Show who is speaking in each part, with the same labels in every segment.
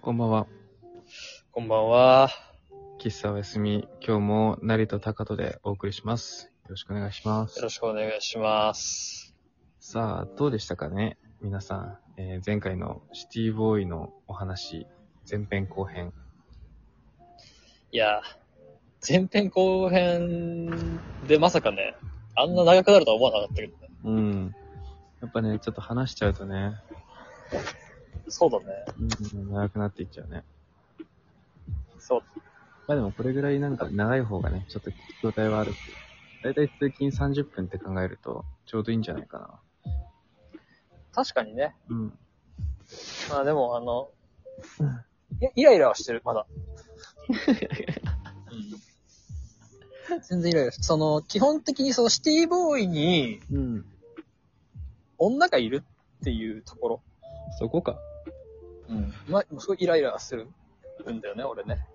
Speaker 1: こんばんは。
Speaker 2: こんばんは。
Speaker 1: 喫茶おやすみ。今日も成田高人でお送りします。よろしくお願いしま
Speaker 2: よ
Speaker 1: す
Speaker 2: ろ。しくお願いします。
Speaker 1: さあ、どうでしたかね皆さん、えー前回のシティボーイのお話、前編後編。
Speaker 2: いや、前編後編でまさかね、あんな長くなるとは思わなかったけどね。
Speaker 1: うん。やっぱね、ちょっと話しちゃうとね、
Speaker 2: そうだね。
Speaker 1: うん、長くなっていっちゃうね。
Speaker 2: そう。
Speaker 1: まあでもこれぐらいなんか長い方がね、ちょっと聞き応えはあるっていう。だいたい通勤30分って考えると、ちょうどいいんじゃないかな。
Speaker 2: 確かにね。
Speaker 1: うん。
Speaker 2: まあでも、あの、いイライラはしてる、まだ。うん全然イライラしてその、基本的にそのシティボーイに
Speaker 1: うん。
Speaker 2: 女がいるっていうところ。
Speaker 1: そこか。
Speaker 2: うん。まあ、すごいイライラするんだよね、俺ね。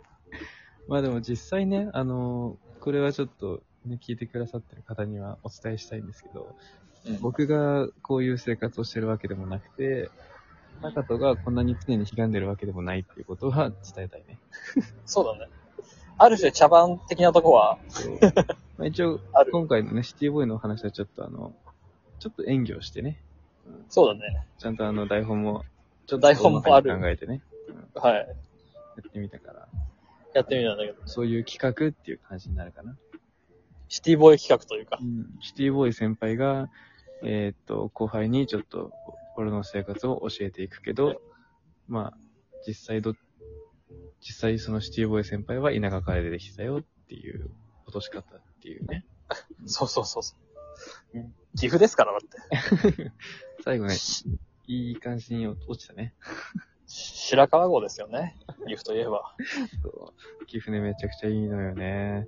Speaker 1: まあでも実際ね、あのーこれはちょっと、ね、聞いてくださってる方にはお伝えしたいんですけど、
Speaker 2: うん
Speaker 1: 僕がこういう生活をしてるわけでもなくて、中戸がこんなに常に悲願でるわけでもないっていうことは伝えたい ね。
Speaker 2: そうだね。ある種茶番的なとこは
Speaker 1: そうまあ一応
Speaker 2: あ、る
Speaker 1: 今回のね、シティボーイのお話はちょっとあの、ちょっと演技をしてね、
Speaker 2: そうだね。
Speaker 1: ちゃんとあの台本も、ちょっ
Speaker 2: 台本もある
Speaker 1: 大まかに考えてね、
Speaker 2: はい。
Speaker 1: やってみたから、
Speaker 2: やってみたんだけど、
Speaker 1: そういう企画っていう感じになるかな。
Speaker 2: シティボーイ企画というか。
Speaker 1: シティボーイ先輩が、えーっと、後輩にちょっと、俺の生活を教えていくけど、まあ、実際ど、実際そのシティボーイ先輩は田舎から出てきたよっていう落とし方っていうね。
Speaker 2: そうそうそうそう。岐阜ですから、だって。
Speaker 1: 最後ね、いい感じに落ちたね。
Speaker 2: 白川郷ですよね。岐阜といえば。
Speaker 1: そう岐阜ねめちゃくちゃいいのよね。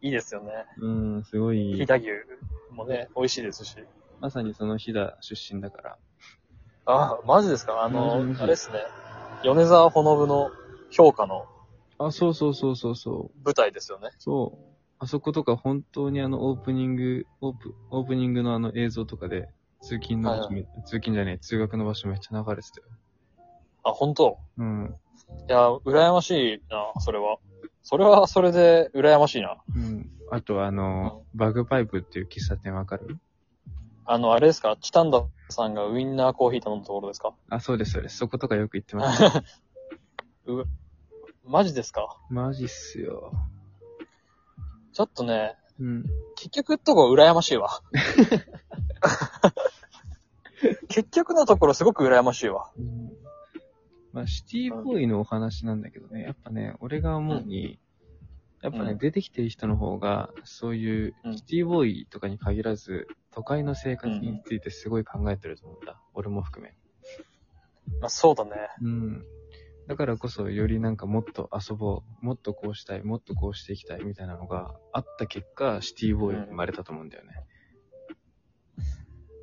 Speaker 2: いいですよね。
Speaker 1: うん、すごい
Speaker 2: 飛。騨牛もね、美味しいですし。
Speaker 1: まさにその日だ出身だから。
Speaker 2: ああ、マジですかあ
Speaker 1: う
Speaker 2: の
Speaker 1: ん、
Speaker 2: あれですね。米沢ほのぶの評価の
Speaker 1: あ、そうそうそうそうそう。
Speaker 2: 舞台ですよね。
Speaker 1: そう。あそことか本当にあのオープニング、オープ、オープニングのあの映像とかで、通勤の場所め、通勤じゃねえ、通学の場所めっちゃ流れてたよ。
Speaker 2: あ、本当
Speaker 1: うん。
Speaker 2: いや、羨ましいな、それは。それはそれで羨ましいな。
Speaker 1: うん。あとあの、バグパイプっていう喫茶店わかる
Speaker 2: あの、あれですかチタンダさんがウインナーコーヒー頼むところですか
Speaker 1: あ、そうです、そうです。そことかよく行ってました。
Speaker 2: マジですか
Speaker 1: マジっすよ。
Speaker 2: ちょっとね、
Speaker 1: うん。
Speaker 2: 結局のところ羨まし いわ。結局のところすごく羨ましいわ。
Speaker 1: うんまあ、シティボーイのお話なんだけどね、やっぱね、俺が思うに、やっぱね、
Speaker 2: うん
Speaker 1: 出てきてる人の方が、そういう
Speaker 2: う、ん
Speaker 1: シティボーイとかに限らず、都会の生活についてすごい考えてると思うんだ。俺も含め。
Speaker 2: まあ、そうだね。
Speaker 1: うん。だからこそ、よりなんかもっと遊ぼう、もっとこうしたい、もっとこうしていきたいみたいなのがあった結果、シティボーイが生まれたと思うんだよね。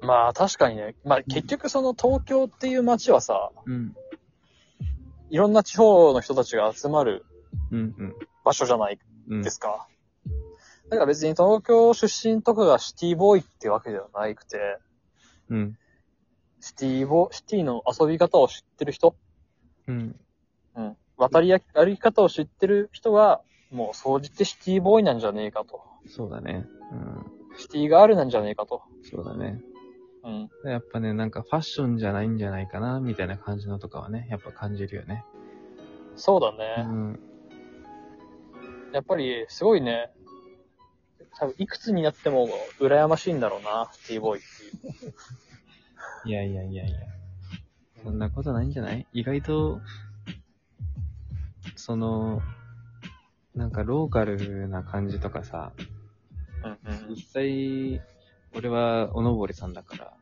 Speaker 2: まあ確かにね、まあ結局その東京っていう街はさ、
Speaker 1: うん。
Speaker 2: いろんな地方の人たちが集まる
Speaker 1: うん、うん、
Speaker 2: 場所じゃない
Speaker 1: うん
Speaker 2: で。すか。だから別に東京出身とかがシティボーイってわけではなくて、
Speaker 1: うん。
Speaker 2: シティボ、シティの遊び方を知ってる人、
Speaker 1: うん。
Speaker 2: うん、渡り歩き方を知ってる人が、もう総じてシティボーイなんじゃねえかと。
Speaker 1: そうだね。うん。
Speaker 2: シティガールなんじゃねえかと。
Speaker 1: そうだね。
Speaker 2: うん。
Speaker 1: やっぱね、なんかファッションじゃないんじゃないかな、みたいな感じのとかはね、やっぱ感じるよね。
Speaker 2: そうだ
Speaker 1: う
Speaker 2: ね。
Speaker 1: ん。
Speaker 2: やっぱり、すごいね、多分いくつになっても羨ましいんだろうな、シティボーイっていう。
Speaker 1: いやいやいやいや。そんなことないんじゃない意外と、その、なんかローカルな感じとかさ、
Speaker 2: うん
Speaker 1: 実際、俺はおのぼりさんだから、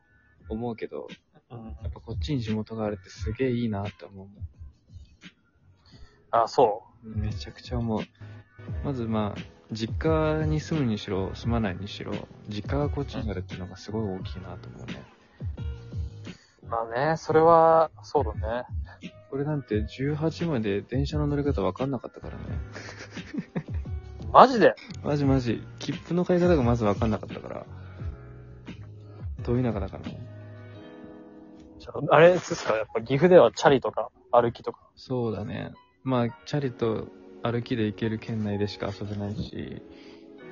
Speaker 1: 思うけど、
Speaker 2: うんうん。
Speaker 1: やっぱこっちに地元があるってすげえいいなって思うもん。
Speaker 2: あ、そ
Speaker 1: めちゃくちゃ思う。まずまあ、実家に住むにしろ、住まないにしろ、実家がこっちになるっていうのがすごい大きいなと思うね。
Speaker 2: う。まあね、それは、そうだね。
Speaker 1: これなんて18まで電車の乗り方わかんなかったからね。
Speaker 2: マジで
Speaker 1: マジマジ、切符の買い方がまずわかんなかったから。どういう中だからね。
Speaker 2: ちょあれですか、やっぱ岐阜ではチャリとか、歩きとか。
Speaker 1: そうだね。まあ、チャリと歩きで行ける県内でしか遊べないし、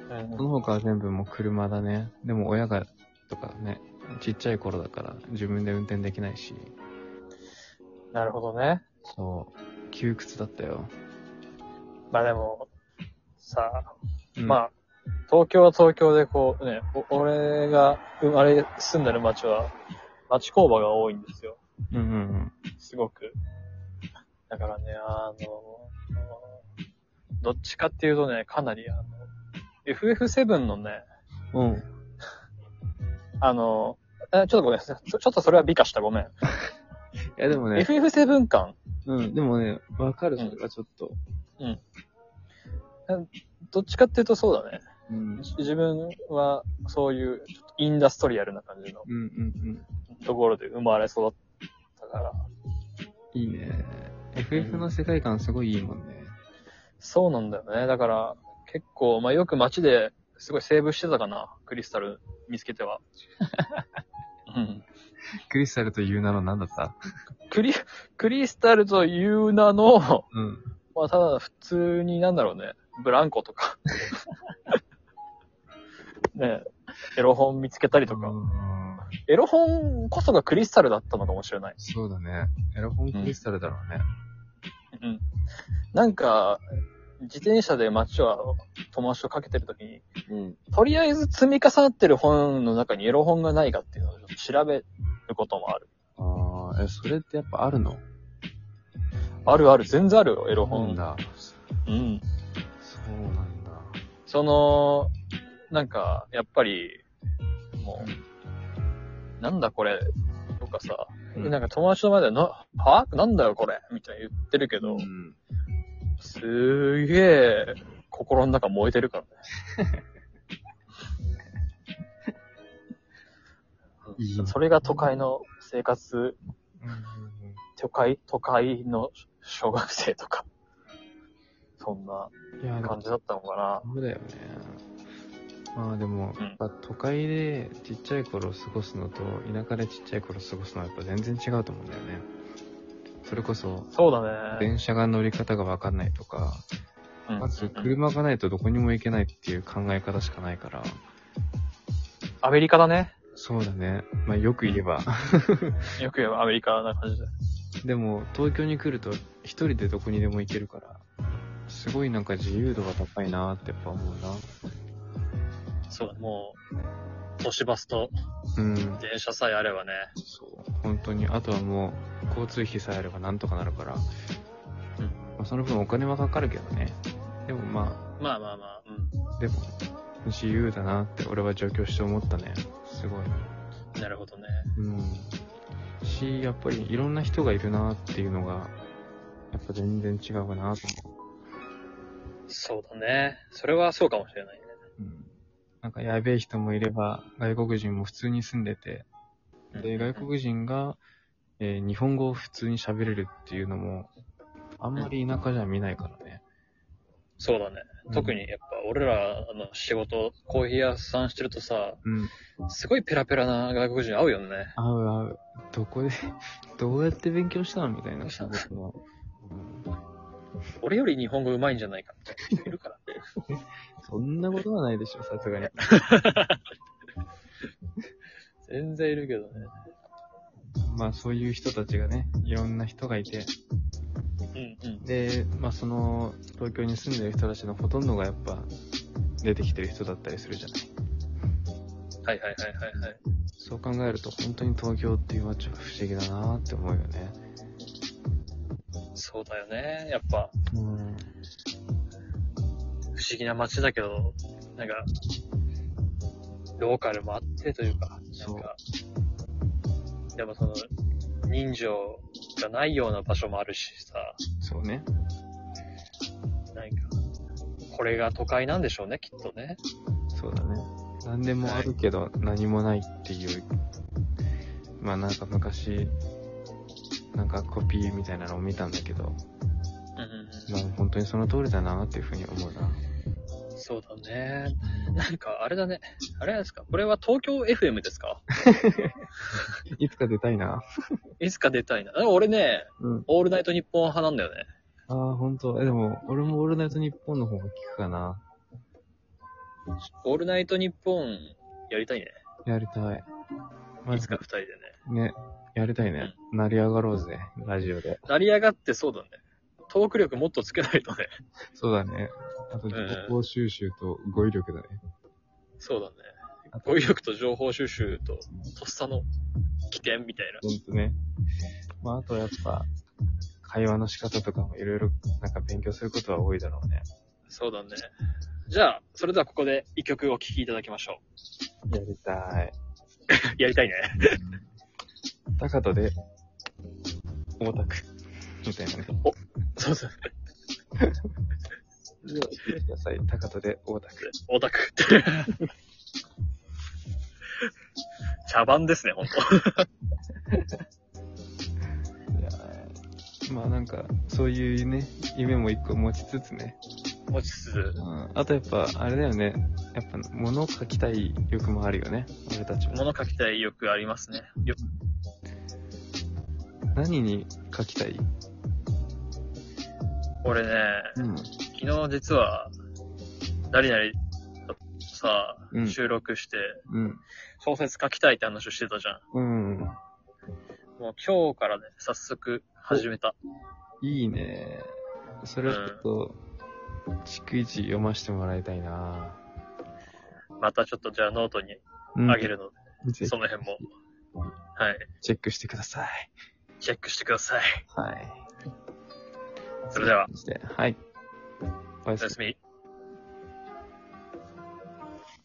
Speaker 1: その他は全部もう車だね。でも親が、とかね、ちっちゃい頃だから自分で運転できないし、
Speaker 2: なるほどね。
Speaker 1: そう、窮屈だったよ。
Speaker 2: まあでも、さあ、
Speaker 1: うん、
Speaker 2: まあ、東京は東京でこうね、お俺が生まれ住んでる町は、町工場が多いんですよ。
Speaker 1: うんうん
Speaker 2: すごく。だからね、あの、どっちかっていうとね、かなりあの、FF7 のね、
Speaker 1: うん。うん。
Speaker 2: あの、えちょっとごめん、ちょちょっとそれは美化したごめん。
Speaker 1: いやでもね、
Speaker 2: FF7 感
Speaker 1: うん、でもね、わかる、それはちょっと。
Speaker 2: どっちかっていうとそうだね。
Speaker 1: うん。
Speaker 2: じ自分はそういうちょっとインダストリアルな感じの
Speaker 1: うんうん
Speaker 2: ところで生まれ育ったから、
Speaker 1: うん。いいね。FF の世界観すごいいいもんね。
Speaker 2: そうなんだよね。だから結構、まあよく街ですごいセーブしてたかな、クリスタル見つけては。うん、
Speaker 1: クリスタルという名の何だった
Speaker 2: クリ、クリスタルという名の、
Speaker 1: うん。
Speaker 2: まあただ普通になんだろうね、ブランコとか。 ねエロ本見つけたりとか。
Speaker 1: うん
Speaker 2: エロ本こそがクリスタルだったのかもしれない。
Speaker 1: そうだね。エロ本クリスタルだろうね。
Speaker 2: うんなんか、自転車で街を友達とかけてるときに、
Speaker 1: うん。
Speaker 2: とりあえず積み重なってる本の中にエロ本がないかっていうのをちょっと調べることもある。
Speaker 1: ああ、え、それってやっぱあるの
Speaker 2: あるある、全然あるよ、エロ
Speaker 1: そうな
Speaker 2: 本。
Speaker 1: んだ。
Speaker 2: うん。
Speaker 1: そうなんだ。
Speaker 2: その、なんか、やっぱり、もう、なんだこれ、とかさ、
Speaker 1: うん
Speaker 2: なんか友達の前で、な、はなんだよこれみたいな言ってるけど、
Speaker 1: うん
Speaker 2: すーげえ、心の中燃えてるからね。
Speaker 1: いいね
Speaker 2: それが都会の生活都会、都会の小学生とか、そんない
Speaker 1: や、で
Speaker 2: 感
Speaker 1: も
Speaker 2: じだったのかな。
Speaker 1: そうだよね。まあでも、
Speaker 2: うん
Speaker 1: やっぱ都会でちっちゃい頃過ごすのと、田舎でちっちゃい頃過ごすのはやっぱ全然違うと思うんだよね。それこそ、
Speaker 2: そうだね。
Speaker 1: 電車が乗り方がわかんないとか、
Speaker 2: うん
Speaker 1: まず車がないとどこにも行けないっていう考え方しかないから、
Speaker 2: アメリカだね。
Speaker 1: そうだね。まあよく言えば。
Speaker 2: よく言えばアメリカな感じで。
Speaker 1: でも、東京に来ると一人でどこにでも行けるから、すごいなんか自由度が高いなってやっぱ思うな。
Speaker 2: そうだ、もう、都市バスと
Speaker 1: うん。
Speaker 2: 電車さえあればね。
Speaker 1: そう。本当に。あとはもう、交通費さえあればなんとかなるから。まあ、その分お金はかかるけどね。でもま
Speaker 2: まあまあまあ、う
Speaker 1: あ、でも、自由だなって俺は上京して思ったね。すごい。
Speaker 2: ん。なるほどね。
Speaker 1: うん。し、やっぱりいろんな人がいるなっていうのが、やっぱ全然違うかなと思
Speaker 2: そうだね。それはそうかもしれないね。
Speaker 1: う。うん。なんかやべえ人もいれば、外国人も普通に住んでて、で、外国人が、えー日本語を普通に喋れるっていうのも、あんまり田舎じゃ見ないからね。
Speaker 2: そうだね。特にやっぱ俺らの仕事、コーヒー屋さんしてるとさ、
Speaker 1: うん。
Speaker 2: すごいペラペラな外国人会うよね。
Speaker 1: 合う合う。どこで、 どうやって勉強したのみたいな感じの。うん
Speaker 2: 俺より日本語上手いんじゃないかって人いるから。
Speaker 1: そんなことはないでしょ、さすがに。
Speaker 2: 全然いるけどね。
Speaker 1: まあそういう人たちがね、いろんな人がいて、
Speaker 2: うんうん。
Speaker 1: で、まあその、東京に住んでる人たちのほとんどがやっぱ、出てきてる人だったりするじゃない。
Speaker 2: はいはいはいはいはい。
Speaker 1: そう考えると、本当に東京っていう街は不思議だなって思うよね。
Speaker 2: そうだよね。やっぱ、
Speaker 1: うん。
Speaker 2: 不思議な街だけど、なんか、ローカルもあってというか、な
Speaker 1: そうん
Speaker 2: か、でもその、人情がないような場所もあるしさ、
Speaker 1: そうね。
Speaker 2: なんか、これが都会なんでしょうね、きっとね。
Speaker 1: そうだね。何でもあるけど何もないっていう。まあなんか昔、なんかコピーみたいなのを見たんだけど、
Speaker 2: うんうんうん。
Speaker 1: まあ本当にその通りだなっていうふうに思うな。
Speaker 2: そうだね。なんか、あれだね。あれですかこれは東京 FM ですか
Speaker 1: いつか出たいな。
Speaker 2: いつか出たいな。あ俺ね、
Speaker 1: うん。
Speaker 2: オールナイト日本派なんだよね。
Speaker 1: ああ、ほんと。え、でも、俺もオールナイトニッポンの方が聞くかな。
Speaker 2: オールナイト日本やりたいね。
Speaker 1: やりたい。マ
Speaker 2: い
Speaker 1: ジ
Speaker 2: つ
Speaker 1: か
Speaker 2: か。二人でね。
Speaker 1: ね。やりたいね。成り上がろうぜ。ラジオで。
Speaker 2: 成り上がってそうだね。トーク力もっとつけないとね。
Speaker 1: そうだね。あと、情報収集と語彙力だね。
Speaker 2: そうだね。語彙力と情報収集と、とっさの起点みたいな。
Speaker 1: ほんとね。まあ、あとやっぱ、会話の仕方とかもいろいろなんか勉強することは多いだろうね。
Speaker 2: そうだね。じゃあ、それではここで一曲お聴きいただきましょ
Speaker 1: やりたい。
Speaker 2: う。 やりたいね。
Speaker 1: 高田で、大田区。みたいなね。
Speaker 2: そうそう。
Speaker 1: 野菜、高田で大田区。
Speaker 2: オタク。 茶番ですね、ほんと。
Speaker 1: いやーまあなんか、そういうね、夢も一個持ちつつね。
Speaker 2: 持ちつつ
Speaker 1: う、ん。あとやっぱ、あれだよね。やっぱ、物を書きたい欲もあるよね。俺たちは。
Speaker 2: 物書きたい欲ありますね。よ
Speaker 1: 何に書きたい
Speaker 2: 俺ね、
Speaker 1: うん。
Speaker 2: 昨日実は、誰々とさ、
Speaker 1: うん
Speaker 2: 収録して、
Speaker 1: うん。
Speaker 2: 小説書きたいって話をしてたじゃ
Speaker 1: うん。
Speaker 2: ん。もう今日からね、早速始めた。
Speaker 1: いいね。それはちょっと、逐一読ませてもらいたいな。
Speaker 2: またちょっとじゃあノートに
Speaker 1: うん
Speaker 2: あげ。るので、
Speaker 1: ぜひ
Speaker 2: その辺も。はい。
Speaker 1: チェックしてください。
Speaker 2: チェックしてください。
Speaker 1: はい。
Speaker 2: それでは、
Speaker 1: してはい。おや
Speaker 2: お
Speaker 1: すみ
Speaker 2: や。すみ。